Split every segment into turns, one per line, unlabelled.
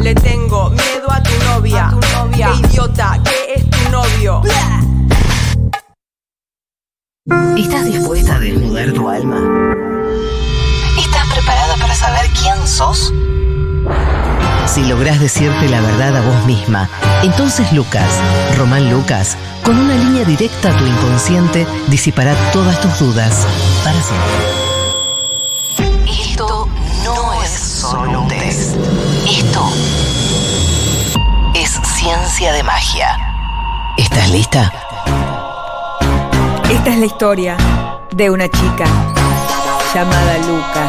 le tengo miedo a tu novia.
A tu novia.
Qué idiota, que es tu novio.
¿Estás dispuesta a desnudar tu alma?
¿Estás preparada para saber quién sos?
Si lográs decirte la verdad a vos misma, entonces Lucas, Román Lucas, con una línea directa a tu inconsciente, disipará todas tus dudas para siempre.
Esto no es solo un test. Esto es ciencia de magia.
¿Estás lista?
Esta es la historia de una chica llamada Lucas.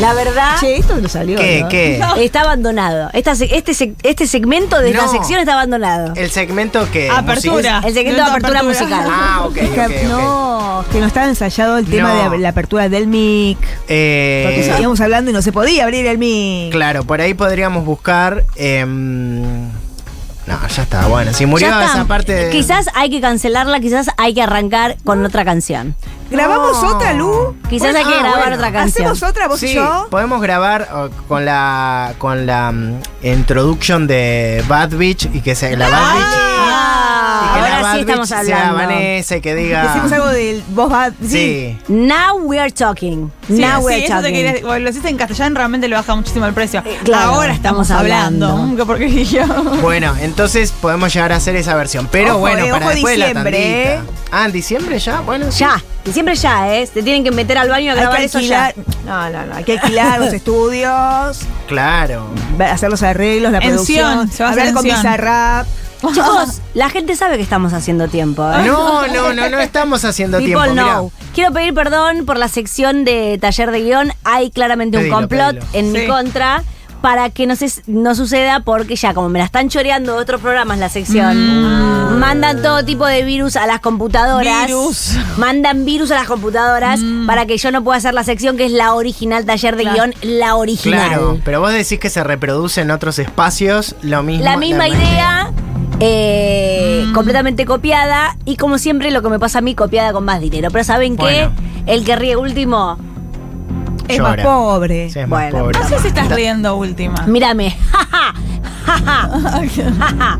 La verdad,
Ah.
Che, esto no salió.
¿Qué?
¿no?
¿Qué? Eh,
está abandonado. Esta se- este, se- este segmento de
No. Eh,
esta sección está abandonado.
El segmento que.
Ah,
Ah, Apertura.
El segmento de apertura musical.
Ah, ok.
Es que,
ok, ok.
No, que no estaba ensayado el tema
No.
de la apertura del mic.
Eh,
Porque seguíamos hablando y no se podía abrir el mic.
Claro, por ahí podríamos buscar. em, no, ya está. Bueno, si murió
Ya está.
esa parte. de-
Quizás hay que cancelarla, quizás hay que arrancar con otra canción.
¿Grabamos otra, Lu?
Quizás hay que
ah,
grabar
bueno.
otra canción.
¿Hacemos otra, vos
Sí,
y yo?
podemos grabar oh, con la con la mm, introduction de Bad Beach y que se, la Bad Beach y
Ah,
que la
ahora
Bad
sí
Beach
estamos
sea
hablando.
Vanessa y que
Hicimos
diga
algo del vos va- Sí.
sí.
Now we are talking.
Sí,
Now
sí,
we are
eso te
talking.
quería- bueno, lo hiciste en castellano, realmente le baja muchísimo el precio.
Eh,
claro,
Ahora estamos,
estamos hablando.
hablando. Mm, que Porque yo.
Bueno, entonces podemos llegar a hacer esa versión, pero
Ojo,
bueno,
eh,
para
ojo
después de la
diciembre, eh.
tandita. Ah, en diciembre ya, bueno. sí.
Ya, y siempre ya, ¿eh? Te tienen que meter al baño a
Hay
grabar
que
eso ya.
alquilar. No, no, no. Hay que alquilar los estudios,
Claro.
ver- hacer los arreglos, la
En Sion,
producción.
se va a hacer
hablar
en
con
Sion.
Bizarrap.
Chicos, la gente sabe que estamos haciendo tiempo, ¿eh?
No, no, no, no estamos haciendo
People
tiempo. mirá.
know. Quiero pedir perdón por la sección de taller de guión. Hay claramente
Pedilo,
un complot
pedilo.
en mi
Sí.
contra para que no, se- no suceda porque ya como me la están choreando de otros programas la sección, mandan todo tipo de virus a las computadoras.
Mm. Virus. Mm.
Mandan virus a las computadoras para que yo no pueda hacer la sección que es la original taller de guión, la original.
Claro, pero vos decís que se reproduce en otros espacios lo mismo.
La misma idea, eh,
Mm.
completamente copiada. Y como siempre, lo que me pasa a mí, copiada con más dinero. Pero ¿saben
Bueno.
qué? El que ríe último,
Es más
Llora.
pobre.
Sí, es más
Bueno,
pobre.
No sé si estás riendo última.
mírame. Ja, ja, ja, ja.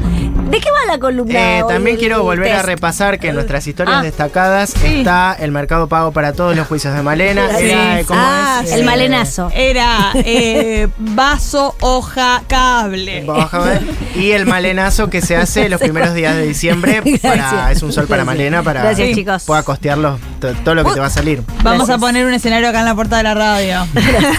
¿De qué va la columna?
Eh,
hoy
también
del
quiero volver a
test?
repasar que en nuestras historias
Ah.
destacadas está el mercado pago para todos los juicios de Malena.
Sí.
Era, eh, ¿cómo
Ah,
es?
El
Eh,
malenazo.
Era eh, vaso, hoja, cable.
Bajaba. Eh, Y el malenazo que se hace los primeros días de diciembre para,
Gracias.
es un sol para Malena para
Gracias,
que
chicos. Uh,
pueda costear los- to- todo lo que te va a salir.
Vamos
Gracias.
a poner un escenario acá en la puerta de la radio.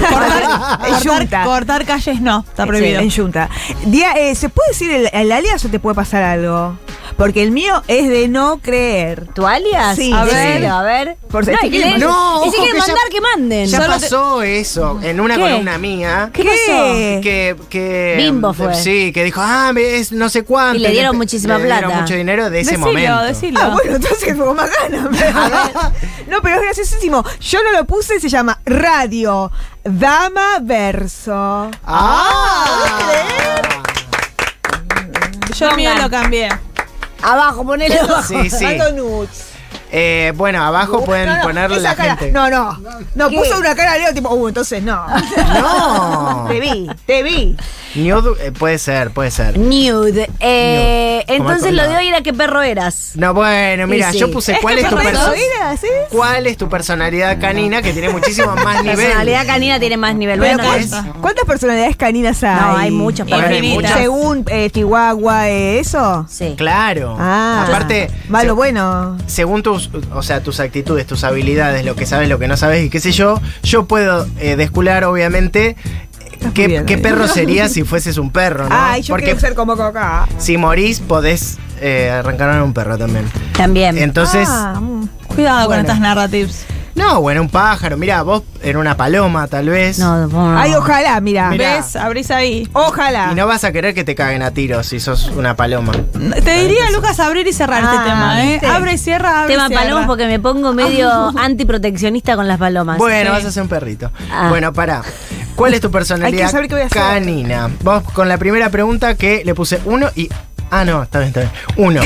cortar,
Es yunta.
cortar, cortar calles no, está prohibido.
En Junta. Día, eh, ¿Se puede decir el, el alias o te puede pasar algo? Porque el mío es de no creer.
¿Tu alias?
Sí.
a
Sí.
ver, a ver.
Por si-
no, hay que leer.
No,
y si
ojo
quieren
que ya-
mandar, que manden.
Ya
Solo te-
pasó eso en una
¿Qué?
columna mía.
¿Qué pasó?
Que, que-
Bimbo fue.
Sí, que dijo, ah, me- es no sé cuánto.
Y le dieron muchísima
le dieron
plata.
mucho dinero de ese
Decilo,
momento.
decilo.
Ah, bueno, entonces como más ganas. no, pero es graciosísimo. Yo no lo puse, se llama Radio Dama Verso.
¡Ah!
Yo el mío lo cambié.
Abajo, ponelo abajo.
Sí, sí.
Dando nudes.
Eh, bueno, abajo pueden
No, no,
poner
esa
la
cara-
gente.
No, no. No,
¿Qué?
puso una cara de Leo tipo, uh, entonces no.
No.
te vi, te vi.
Nude, eh, puede ser, puede ser.
Nude. Eh,
Nude. Como
Entonces
el
lo
colgado.
de hoy era qué perro eras.
No, bueno, mira,
Y sí.
yo puse cuál es, tu
Pero eso
perso-
era, ¿sí?
cuál es tu personalidad canina que tiene muchísimo más nivel.
Personalidad canina tiene más nivel.
Pero
Bueno,
¿cuántas, cuántas personalidades caninas hay? Eh,
No, hay muchas
Bueno, hay
personalidades.
muchas.
Según eh, Chihuahua, eh, ¿eso?
Sí.
Claro.
Ah,
Aparte,
Malo,
se-
bueno.
según tus, o sea, tus actitudes, tus habilidades, lo que sabes, lo que no sabes y qué sé yo, yo puedo eh, descular, obviamente,
muy
qué,
bien,
qué
David.
perro serías si fueses un perro, ¿no?
Ay, yo
Porque
quiero ser como Coca.
si morís, podés eh, arrancar a un perro también.
También.
Entonces,
Ah, mm. Bueno.
Cuidado con estas narratives.
No, bueno, un pájaro. Mira, vos era una paloma, tal vez.
No, vos no.
Ay, ojalá, mira.
Mirá.
¿Ves? Abrís ahí.
Ojalá.
Y no vas a querer que te caguen a tiros si sos una paloma.
Te diría, Lucas, abrir y cerrar
Ah,
este tema, ¿eh?
¿viste?
Abre y cierra, abre y
Tema
cierra.
palomas porque me pongo medio antiproteccionista con las palomas.
Bueno,
sí.
vas a ser un perrito.
Ah.
Bueno, pará. ¿Cuál es tu personalidad
Hay que saber qué voy a hacer.
canina? Vamos con la primera pregunta que le puse uno y. Ah, no, está bien, está bien. Uno.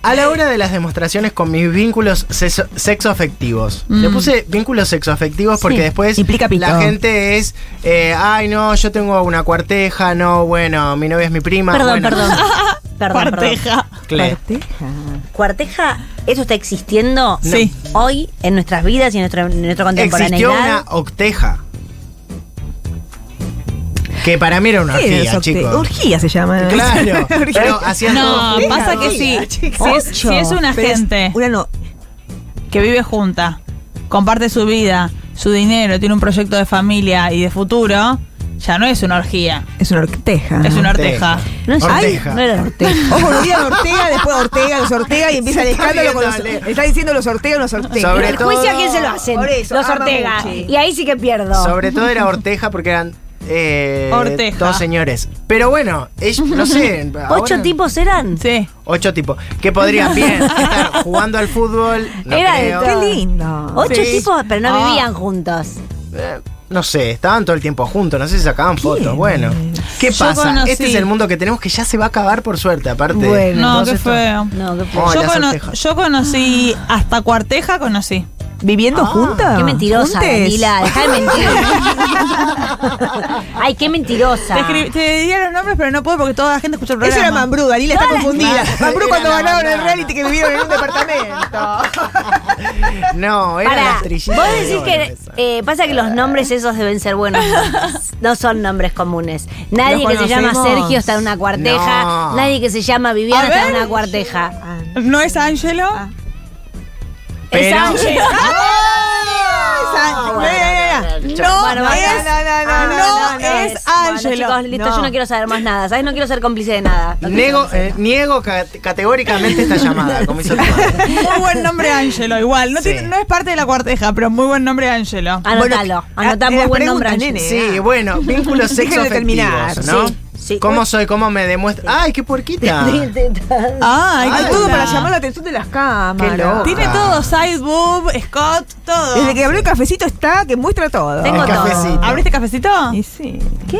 A la hora de las demostraciones con mis vínculos seso- sexoafectivos.
Mm.
Le puse vínculos sexoafectivos porque después
implica pito.
la gente es, eh, ay no, yo tengo una cuarteja, no, bueno, mi novia es mi prima.
Perdón,
bueno,
perdón. Perdón, perdón.
Parteja.
Cle.
¿Cuarteja? ¿Eso está existiendo
Sí.
hoy en nuestras vidas y en nuestra, en nuestra
Existió
contemporaneidad?
una octeja. Que para mí era una
¿Qué es
orgía,
octe-
chicos.
Urgía se llama.
Claro, pero hacían
No,
todo-
pasa que sí. Si es, si es una
Pero es
gente
Una no.
que vive junta, comparte su vida, su dinero, tiene un proyecto de familia y de futuro, ya no es una orgía,
Es una orteja.
es una orteja.
No es-
Orteja.
Ay, no era orteja.
Ojo, olvidan Ortega, después Ortega, los Ortega y empieza el
Se está
escándalo con los.
viendo, Ale.
Está diciendo los Ortega, los Ortega.
Sobre
¿El juicio a
todo-
quién se lo hacen?
Por eso,
Los
Arda
Ortega.
Mucci.
Y ahí sí que pierdo.
Sobre todo era Orteja porque eran eh,
Orteja.
todos señores. Pero bueno, ellos- no sé.
¿Ocho
ahora-
tipos eran?
Sí.
Ocho tipos. Que podrían bien estar jugando al fútbol. No
Era de
creo.
Qué
todo.
lindo.
Ocho
Sí.
tipos, pero no
Ah.
vivían juntos.
Eh, no sé, estaban todo el tiempo juntos, no sé si sacaban fotos. Bueno, ¿qué
Yo
pasa?
conocí-
Este es el mundo que tenemos que ya se va a acabar por suerte, aparte.
Bueno.
No,
Entonces,
qué feo.
No, qué,
Oh,
Yo,
las
cono-
ortejas.
yo conocí, hasta cuarteja conocí.
Ah,
¿Viviendo juntas?
qué mentirosa,
Ah, ¿Juntes?
Danila. Dejá de mentir. Ay, qué mentirosa.
Te, escribí- te diría los nombres, pero no puedo porque toda la gente escucha el programa.
Eso era Mambrú, Danila está confundida.
Claro,
Mambrú
era
cuando
la
ganaron el
bandana.
reality que vivieron en un departamento.
No, era
Pará,
la trillita.
vos
de
decís
oro
que
esa.
eh, pasa que los nombres esos deben ser buenos. nombres. No son nombres comunes. Nadie
Los
que se llama
conocemos.
Sergio está en una cuarteja.
No.
Nadie que se llama
A
Viviana está en
ver.
una cuarteja.
¿No es Ángelo?
Ah,
Es
Pero-
Ángel.
Esa- no, no, no,
Bueno,
no, no, no, no, no,
basta.
no es
Bueno,
Ángelo.
chicos, listo, yo no quiero saber más nada. ¿Sabes? No quiero ser cómplice de nada. No quiero
Niego,
ser-
eh, niego ca- categóricamente esta llamada, como hizo tu madre.
Muy buen nombre Ángelo, igual. No,
Sí.
tiene- no es parte de la cuarteja, pero muy buen nombre Ángelo.
Anótalo. Anotá
eh,
muy
las
buen nombre.
preguntas,
Ángel.
nene.
Sí, bueno, vínculos sexo
Déjenlo terminar,
¿no?
sí, sí.
¿Cómo soy? ¿Cómo me demuestra? ¡Ay, qué puerquita!
Ay,
Hay
qué
todo
onda.
para llamar la atención de las cámaras.
Qué loco.
Tiene todo, side boob, Scott, todo.
Desde que abrió el cafecito está que muestra todo.
Tengo
El
todo.
cafecito.
¿Abriste cafecito?
Y sí. ¿Qué?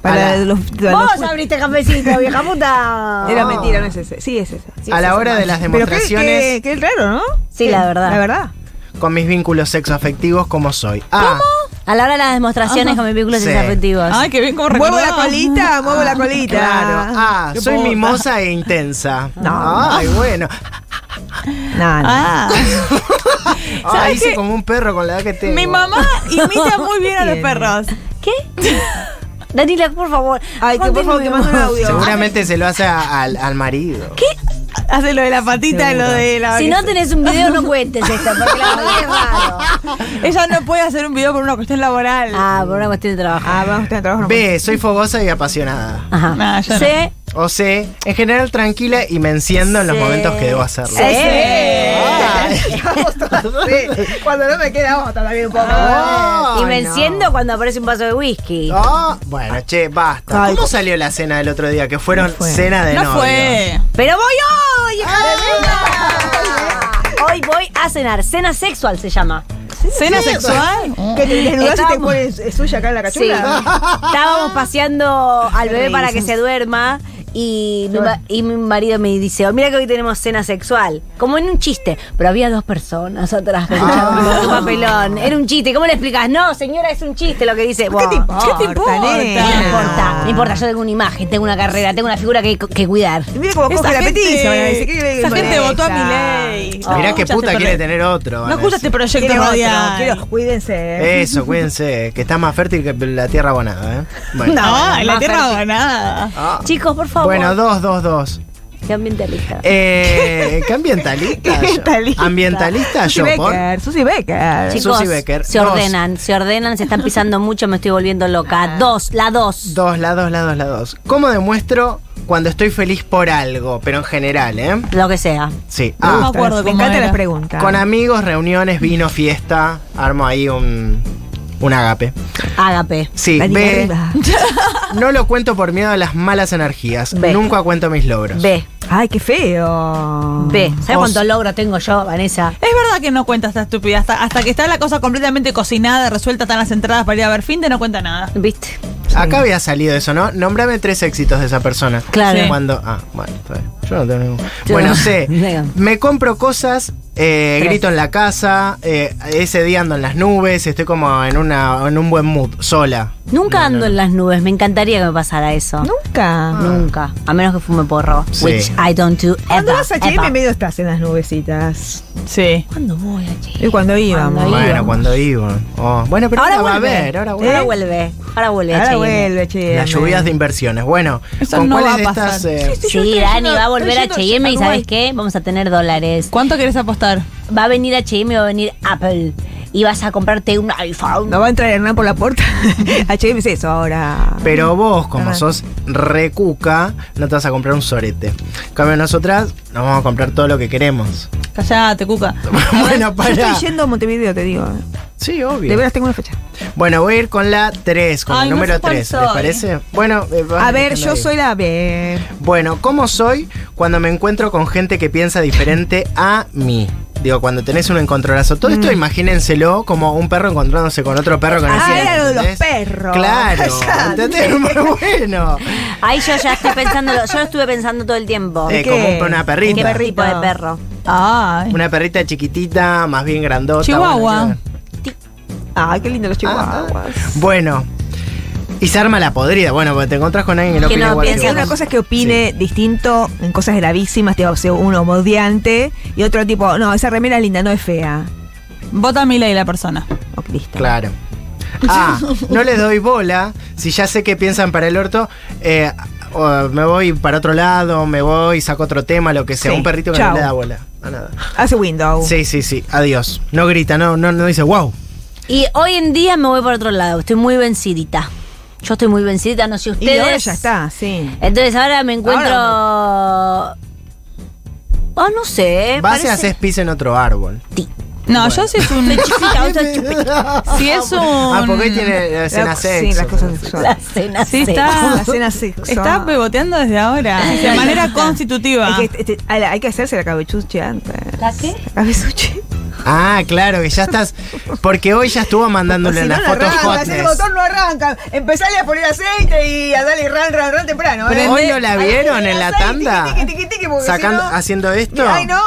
Para
Para-
los, para los-
Vos abriste cafecito, vieja puta.
Era mentira, no es ese. Sí, es ese.
a la hora de las
Pero qué,
demostraciones,
qué, qué raro, ¿no?
Sí,
Qué-
la verdad.
La verdad.
con mis vínculos sexoafectivos, ¿cómo soy? Ah,
A la hora de las demostraciones con mis vínculos
Sí.
desafectivos.
Ay, qué bien como
Muevo la
recordó.
colita, muevo la colita.
claro. Ah,
Qué
soy
poca.
mimosa e intensa.
No.
Ay, bueno.
No, no.
Ah.
Ah,
¿Sabes
hice
qué?
como un perro con la edad que tengo.
Mi mamá imita muy bien a los
Tiene.
perros.
¿Qué? Danila, por favor.
Ay, que por favor, que mande un audio.
Seguramente se lo hace a- al, al marido. ¿Qué?
Hace lo de la patita,
Seguro.
lo de la.
Si no tenés un video, no cuentes esto, porque la verdad es raro.
Ella no puede hacer un video por una cuestión laboral.
Ah, por una cuestión de trabajo.
Ah, vamos a tener trabajo.
B, soy fogosa y apasionada.
Ajá.
Nah, yo no.
C.
O C, en general tranquila y me enciendo en los
C.
momentos que debo hacerlo.
C.
Sí, Cuando no me queda otra también un poco.
Y me
Ay, no.
enciendo cuando aparece un vaso de whisky.
Ah, bueno, che, basta.
Ay,
¿Cómo salió la cena del otro día? Que fueron
fue.
cena de
No
novios.
fue.
Pero voy hoy,
Ah.
hija de puta. Hoy voy a cenar. Cena sexual se llama.
¿Cena sexual?
Que te desnudás y te
Estábamos-
pones eh, suya acá en la
Sí.
Ah.
cachuela.
Estábamos paseando al bebé para que se duerma y mi, ma- y mi marido me dice, oh, mira que hoy tenemos cena sexual. Como en un chiste. Pero había dos personas atrás que luchaban por su papelón. Era un chiste. ¿Cómo le explicas? No, señora, es un chiste lo que dice.
¿Qué te
Buah.
importa?
¿Qué te importa?
No
nena?
importa, no importa, yo tengo una imagen, tengo una carrera, tengo una figura que, que cuidar.
Y Mira cómo
Esa
coge la
gente-
petiza. van a decir, ¿qué le
esa gente
molesta?
votó a mi ley.
Oh,
Mirá qué
escuchaste
puta
por
quiere
ahí.
tener otro.
No
Vanessa.
escucha este proyecto
Quiero otro,
radial.
quiero- Cuídense.
Eso, cuídense, que está más fértil que la tierra abonada, ¿eh? Bueno,
No, Ah, en la
más
tierra
fértil.
abonada.
Ah.
Chicos, por favor.
bueno dos, dos, dos.
Qué ambientalista.
Eh, ¿Qué ambientalista? yo?
Ambientalista.
Ambientalista
Susi
yo, por.
Becker, Susi Becker.
Chicos,
Eh, Susi Becker,
se
dos.
ordenan, se ordenan, se están pisando mucho, me estoy volviendo loca. Dos, la dos.
Dos, la dos, la dos, la dos. ¿Cómo demuestro cuando estoy feliz por algo, pero en general, ¿eh?
Lo que sea.
Sí.
No me
Ah,
acuerdo
me
cómo
encantan
era.
las preguntas.
con amigos, reuniones, vino, fiesta, armo ahí un, un agape.
Ágape.
Sí,
Dani
B,
Garriga.
no lo cuento por miedo a las malas energías.
Ve.
Nunca cuento mis logros.
B.
Ay, qué feo.
B. ¿Sabes
Os-
cuántos logros tengo yo, Vanessa?
Es verdad que no cuenta esta estúpida. Hasta, hasta que está la cosa completamente cocinada, resuelta, están las entradas para ir a ver fin de no cuenta nada.
¿Viste?
Acá había salido eso, ¿no? Nómbrame tres éxitos de esa persona.
Claro. Sí.
Cuando. Ah, bueno, está bien. Yo no tengo ningún.
Yo
bueno,
no.
sé.
Venga.
Me compro cosas, eh,
Tres.
grito en la casa, eh, ese día ando en las nubes, estoy como en una en un buen mood, sola.
Nunca ando en las nubes. Me encantaría que me pasara eso.
Nunca.
Ah. Nunca. A menos que fume porro.
Sí.
Which I don't do ever.
Cuando vas a
ever.
HM medio estás en las nubecitas.
Sí.
¿Cuándo voy a
Y cuando íbamos.
Cuando
Bueno,
íbamos.
cuando digo. Oh, Bueno, pero
Ahora
ahora va a
vuelve.
ver, ahora vuelve.
Ahora vuelve. Ahora vuelve.
Ahora
H&M.
vuelve, che.
Las lluvias de inversiones. Bueno,
Eso
¿con
no
cuáles
va a
de estas?
pasar.
eh,
Sí, Dani va a volver a H&M y ¿sabes
qué?
qué? Vamos a tener dólares.
¿Cuánto querés apostar?
Va a venir H&M y va a venir Apple. Y vas a comprarte un iPhone.
No va a entrar Hernán por la puerta. HM es eso ahora.
Pero vos, como
Ah.
sos recuca, no te vas a comprar un sorete. En cambio, nosotras nos vamos a comprar todo lo que queremos.
Callate, cuca.
bueno,
Yo
para.
estoy yendo a Montevideo, te digo. eh.
Sí,
De
obvio.
veras tengo una fecha.
Bueno, voy a ir con la 3, con
Ay,
el
no
número
sé cuál
3, ¿les
soy.
parece? Bueno, eh, vamos
A ver,
buscando
yo
ahí.
soy la B.
Bueno, ¿cómo soy cuando me encuentro con gente que piensa diferente a mí? Digo, cuando tenés un encontronazo. Todo esto imagínenselo como un perro encontrándose con otro perro que no
Mm. Ah,
entiende,
era lo de los
¿entendés?
perros.
Claro.
Cállate.
¿entendés? Muy bueno.
Ahí yo ya estoy pensando, yo lo estuve pensando todo el tiempo.
Eh,
qué?
como un- una
¿Qué
perrita.
perrito?
tipo de perro?
Ay.
Una perrita chiquitita, más bien grandota.
Chihuahua.
bueno,
Ay, qué lindo los chihuahuas.
ya. Ah, Bueno. Y se arma la podrida. Bueno, porque te encontrás con alguien que no
Que
opina
no
igual que
piensa
vos.
como-
Una cosa es que opine distinto en cosas gravísimas, te va a ser uno modiante, y otro tipo, no, esa remera es linda, no es fea.
Vota a Milei la persona.
Ok, listo.
Claro. Ah, no les doy bola. Si ya sé que piensan para el orto, eh, o me voy para otro lado, me voy, saco otro tema, lo que sea.
Sí.
Un perrito que
Chau.
no le da bola a nada.
Hace window.
Sí, sí, sí. Adiós. No grita, no, no, no dice wow.
Y hoy en día me voy por otro lado, estoy muy vencidita. Yo estoy muy vencidita, no sé
y
ustedes.
ahora ya está, sí.
Entonces ahora me encuentro. Oh, no sé.
Vas y
parece-
haces pis en otro árbol.
No, yo si es un.
Chiquita, o sea, chupi-
si es un.
Ah, porque hoy tiene escena
La-
sexo.
Sí, las cosas sexuales.
La cena
Sí,
se-
está.
La cena sexual.
Está beboteando desde ahora. De manera constitutiva.
Es que, este, hay hay que hacerse la cabechuche antes.
¿La qué?
La cabezuche.
Ah, claro, que ya estás. Porque hoy ya estuvo mandándole
Si no,
las
no
fotos
arranca, si el
hotness.
botón no arranca. Empezale a poner aceite y a darle ran, ran, ran temprano. ¿eh?
¿Hoy no la
Ahí
vieron en
tiene
la
aceite,
tanda?
tiqui, tiqui, tiqui, porque si
Sacando,
no-
haciendo esto.
¡Ay, no!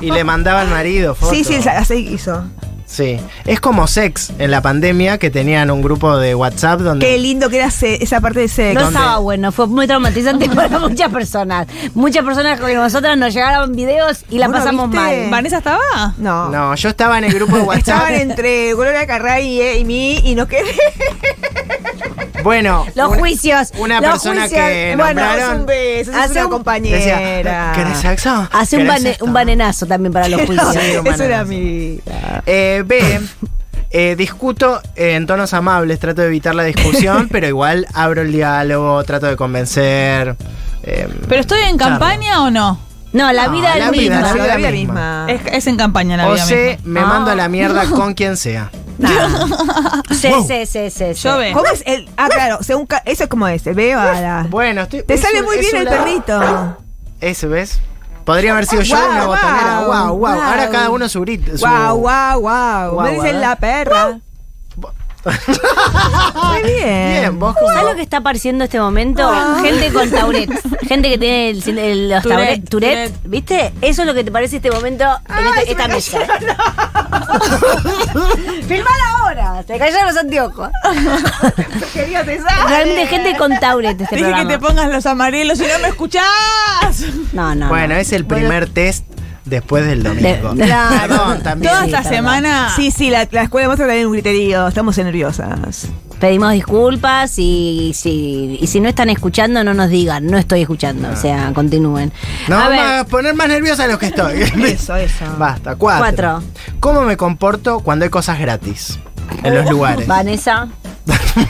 Y le mandaba al marido fotos.
Sí, sí, así hizo.
Sí, es como sex en la pandemia que tenían un grupo de WhatsApp donde...
Qué lindo que era se- esa parte de sexo.
No estaba bueno, fue muy traumatizante para muchas personas. Muchas personas como nosotras nos llegaron videos y la
Bueno,
pasamos
¿viste?
mal.
¿Vanessa estaba?
No.
No, yo estaba en el grupo de WhatsApp.
Estaban entre Gloria Carray y, eh, y mí y nos quedé.
bueno,
Los
una-
juicios.
Una
los
persona
juicios.
que
Bueno,
nombraron
hace un beso, sos
Hace
una
un-
compañera.
decía, ¿querés sexo?
Hace un,
¿Querés
bane-
esto?"
un banenazo también para los juicios.
Sí, humano,
Eso era
no sé.
mi.
Eh, B, eh, discuto eh, en tonos amables, trato de evitar la discusión, pero igual abro el diálogo, trato de convencer. eh,
¿Pero estoy en
charlo.
campaña o no?
No, la vida
la
es
vida,
misma.
la
la vida
misma.
misma.
Es, es en campaña la
O
vida
C,
misma.
me mando a
Ah.
la mierda con quien sea.
Sí, sí, sí, sí, sí.
Yo ve.
¿Cómo es el.? Ah, claro, según ca- eso es como es. Veo a la.
Bueno, estoy-
Te
es
sale
un-
muy
es
bien el
una-
perrito.
Ese, ¿ves? Podría haber sido yo
Guau,
una botonera.
guau,
Wow, wow,
guau.
Ahora cada uno su grito. su-
Guau, guau, guau.
Guau,
Me dicen
guau.
la perra. Muy bien.
Bien, vos como-
¿Sabes lo que está apareciendo este momento? Gente con Tauret. Gente que tiene el, sin- el- los
Ah. Tourette,
Tauret. Tourette,
Tourette.
¿Viste? Eso es lo que te parece este momento en esta, esta mesa. Filmar ahora. Te cayeron los anteojos.
Quería
Realmente gente con Tauret este
Dije
programa.
que te pongas los amarillos y no me escuchás.
No, no.
Bueno,
no.
es el primer test después del domingo.
De- Claro.
Perdón, también.
Toda
Sí,
esta
perdón.
semana.
Sí, sí, la, la escuela muestra también un griterío. Estamos nerviosas.
Pedimos disculpas y si, y si no están escuchando, no nos digan. No estoy escuchando. O sea, continúen.
No,
A
me
ver.
hagas poner más nerviosa de lo que estoy.
Eso, eso.
Basta, cuatro.
Cuatro.
¿Cómo me comporto cuando hay cosas gratis en los lugares?
Vanessa.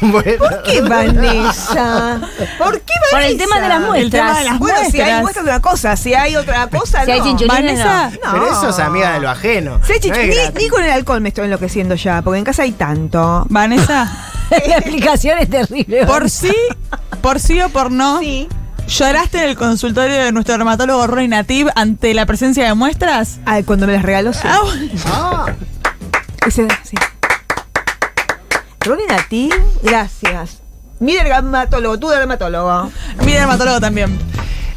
Bueno.
¿Por qué Vanessa? ¿Por qué Vanessa?
Por el tema de las muestras.
El tema de las
bueno, si hay
muestras.
muestras de una cosa, si hay otra cosa,
Si hay
no.
chinchulines,
Vanessa, no.
Pero eso es amiga de lo ajeno.
Sí,
No
chichu-
es
ni-
gratis.
ni, con el alcohol me estoy enloqueciendo ya, porque en casa hay tanto.
Vanessa,
La explicación es terrible.
por sí, por sí o por no,
Sí.
¿lloraste en el consultorio de nuestro dermatólogo Roy Nativ ante la presencia de muestras?
Ay, cuando me las regaló, sí.
Ah, bueno.
Ah,
Ese- sí. Ronin, a ti, gracias. Mi dermatólogo, tu dermatólogo.
Mi dermatólogo también.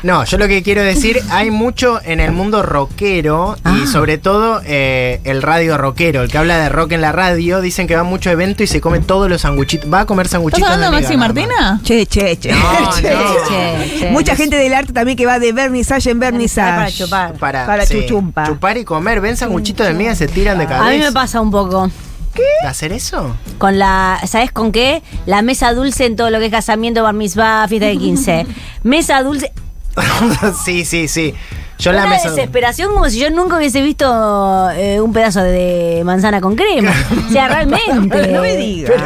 No, yo lo que quiero decir, hay mucho en el mundo rockero y sobre todo eh, el radio rockero, el que habla de rock en la radio, dicen que va a mucho evento y se come todos los sanguchitos. Va a comer sanguchitos.
¿Estás hablando de
de
Maxi
Nirvana.
Martina?
Che, che, che.
No, no.
Mucha gente del arte también que va de vernizage en vernizage.
Para chupar.
Para,
Para
sí,
chuchumpa.
Chupar y comer, ven sanguchitos de miga y se tiran de cabeza.
A mí me pasa un poco.
¿Hacer eso?
Con la, ¿sabes con qué? La mesa dulce en todo lo que es casamiento, bar mitzvah, fiesta de 15. Mesa dulce.
sí, sí, sí. Yo la
Una
mesa.
desesperación como si yo nunca hubiese visto eh, un pedazo de manzana con crema. o sea, realmente.
No me digas.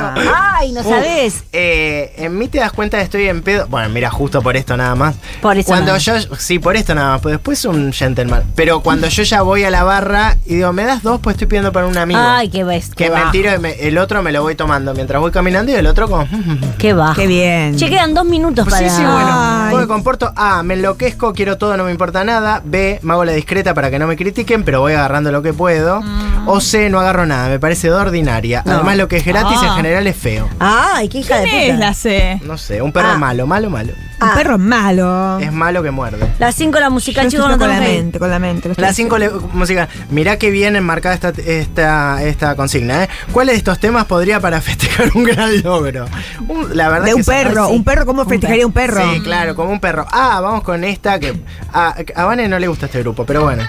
Ay, no sabes.
Eh, en mí te das cuenta de estoy en pedo. Bueno, mira, justo por esto nada más.
Por esto
Cuando
nada
yo. Sí, por esto nada más. Pues después un gentleman. Pero cuando yo ya voy a la barra y digo, ¿me das dos? Pues estoy pidiendo para un amigo.
Ay, qué bestia.
que me tiro y me- el otro me lo voy tomando mientras voy caminando y el otro como. "Mm,
Qué bajo.
Qué bien.
Che, quedan dos minutos
Pues sí,
para.
sí, bueno.
Ay.
Yo me comporto. A, me enloquezco, quiero todo, no me importa nada. B, me hago la discreta para que no me critiquen, pero voy agarrando lo que puedo. O C, no agarro nada, me parece de ordinaria. Además, lo que es gratis en
Ah.
general es feo.
Ay, qué hija de
¿Quién es
puta.
la C?
No sé, un
Ah.
perro malo, malo, malo.
Un perro es malo.
Es malo que muerde.
Las cinco la
Yo
musical,
estoy
chicos, no
con la
tenemos que ir.
mente, con la mente. lo estoy
Las cinco le- música. Mirá que bien enmarcada esta, esta, esta consigna, ¿eh? ¿Cuál de estos temas podría para festejar un gran logro? Un- la verdad
De
que
un
son-
perro, un perro, ¿cómo festejaría un perro?
Sí, claro, como un perro. Ah, vamos con esta que. A, a Vane no le gusta este grupo, pero bueno.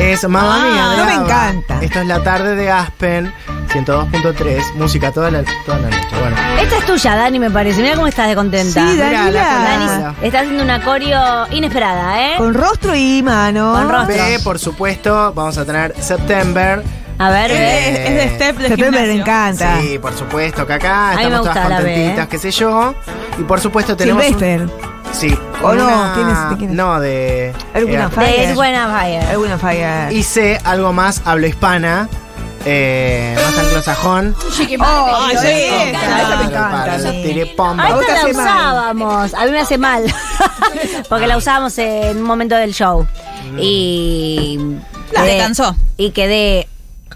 Es Mamma Mía. de
Ah, no me
ABBA.
encanta.
Esto es la tarde de Aspen, 102.3, música toda la, toda la noche. Bueno.
Esta es tuya, Dani, me parece. Mira cómo estás de
Sí,
contenta.
Mirá, la
Daniela.
colada.
Está haciendo una coreo inesperada, ¿eh?
Con rostro y mano.
Con rostro.
B, eh, por supuesto, vamos a tener September.
A ver,
Eh,
Es, es de Step de
Pepe me
gimnasio.
encanta.
Sí, por supuesto, que acá
A mí me
estamos todas
gusta la B,
contentitas,
¿eh?
qué sé yo. Y por supuesto tenemos. un-
Silvester.
sí.
este. O no, ¿quién es- quién es?
No, de.
Alguna
eh,
fa-
de
Fire.
Es Buena Fire.
Alguna falla.
y C, algo más, hablo hispana. Eh, más anglosajón.
Oh,
Ay,
sí,
sí,
esa, esa me
Claro,
encanta.
para,
a mí.
tiré pomba.
A
vos te
Ah, esta la
hace mal.
usábamos. A mí me hace mal. Porque la usábamos en un momento del show. Y.
La
quedé-
te cansó.
Y quedé.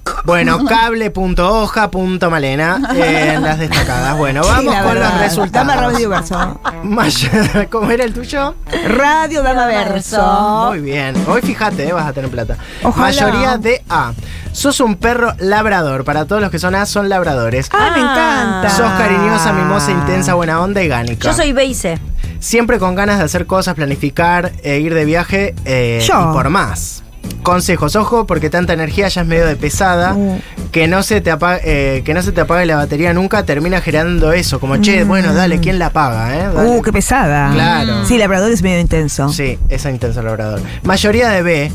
Bueno, cable.hoja.malena eh, en las destacadas. Bueno, vamos
Sí, la
con
verdad.
los
Dama
resultados.
Radio Verso.
Maya, ¿Cómo era el tuyo?
Radio Dama Verso.
Muy bien. Hoy fíjate, eh, vas a tener plata.
Ah. Ojalá.
Mayoría de A. Sos un perro labrador. Para todos los que son A, son labradores.
Ah, me encanta.
Sos cariñosa, mimosa, intensa, buena onda y gánica.
Yo soy Beise.
Siempre con ganas de hacer cosas, planificar, e ir de viaje eh,
Yo.
y por más. Consejos, ojo, porque tanta energía ya es medio de pesada.
Uh.
Que, no se te apa- eh, que no se te apague la batería nunca, termina generando eso. Como, che, bueno, dale, ¿quién la paga? Eh? Dale".
Mm. Uh, qué pesada.
Claro.
Sí, labrador es medio intenso.
Sí, es intenso labrador. Mayoría de B.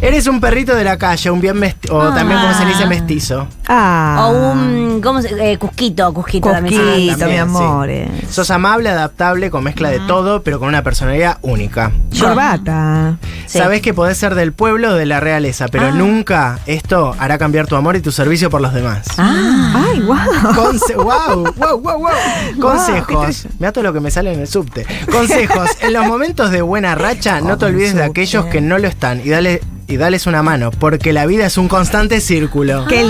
Eres un perrito de la calle, un bien mestizo. O también como se le dice mestizo.
Ah.
O un. ¿Cómo se.? eh, Cusquito, Cusquito también. se
Cosquito,
llama.
también,
mi amor.
sí.
eh.
Sos amable, adaptable, con mezcla de todo, pero con una personalidad única.
Corbata.
Sí.
Sabés que podés ser del pueblo o de la realeza, pero nunca esto hará cambiar tu amor y tu servicio por los demás.
Ah. Ay, wow.
Conse- wow, wow, wow, wow.
Wow, qué
Consejos.
triste.
Mira todo lo que me sale en el subte. Consejos. En los momentos de buena racha, no te olvides de aquellos que no lo están y dale y dales una mano, porque la vida es un constante círculo.
Qué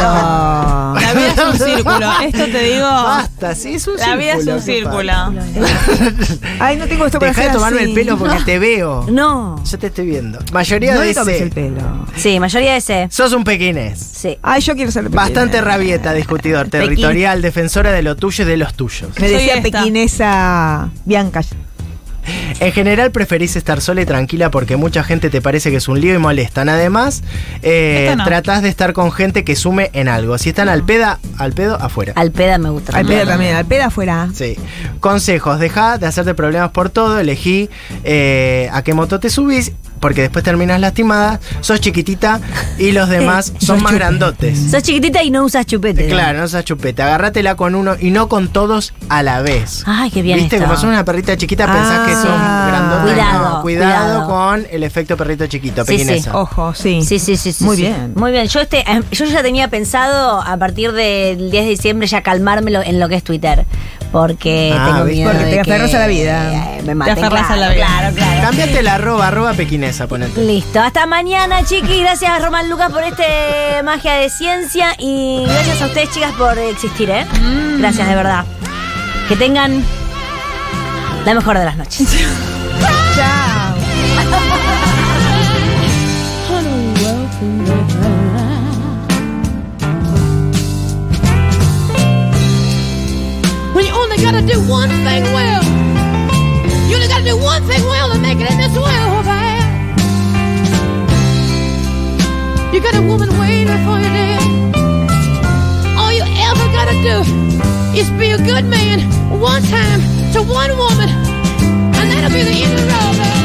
lindo.
La vida es un círculo. Esto te digo.
Basta, sí, es un
La vida es un
círculo.
círculo.
Ay, no tengo esto para
Deja de
hacer
tomarme
así.
el pelo porque te veo.
No.
Yo te estoy viendo. Mayoría
No
de
le tomes
ese.
el pelo.
Sí, mayoría de ese.
Sos un pequinés.
Sí.
Ay, yo quiero ser pequinesa.
Bastante rabieta, discutidor, territorial, defensora de lo tuyo y de los tuyos.
Me
Soy
decía
esta.
pequinesa Bianca.
En general preferís estar sola y tranquila porque mucha gente te parece que es un lío y molestan. Además, eh,
Esto no.
tratás de estar con gente que sume en algo. Si están al peda, al pedo, afuera.
Al peda me gusta.
Al
también.
peda también, al peda afuera.
Sí. Consejos, deja de hacerte problemas por todo, elegí eh, a qué moto te subís porque después terminas lastimada, sos chiquitita y los demás son más grandotes.
Sos chiquitita y no usas chupete.
Claro, no seas chupete, agárratela con uno y no con todos a la vez.
Ay, qué bien
Viste,
esto.
como sos una perrita chiquita, pensás que
Ah.
son grandotes.
Cuidado,
No, cuidado,
cuidado.
con el efecto perrito chiquito,
Sí, sí.
pequinesa.
Ojo, sí.
Sí, sí, sí, sí,
Muy
sí.
bien.
Muy bien. Yo este, eh, yo ya tenía pensado a partir del 10 de diciembre ya calmármelo en lo que es Twitter. Porque
Ah,
tengo
¿viste?
miedo.
Porque
de
te
que,
aferras a la vida.
eh, me maten.
Te aferras a
Claro,
la vida.
Claro, claro.
Cámbiate la arroba, arroba pequinesa, ponete.
Listo, hasta mañana, chiqui. Gracias a Román Lucas por este magia de ciencia y gracias a ustedes, chicas, por existir, ¿eh?
Mm.
Gracias, de verdad. Que tengan la mejor de las noches.
When you only gotta do one thing well, you only gotta do one thing well to make it in this world, man. You got a woman waiting for you there. All you ever gotta do is be a good man one time to one woman, and that'll be the end of the road, man.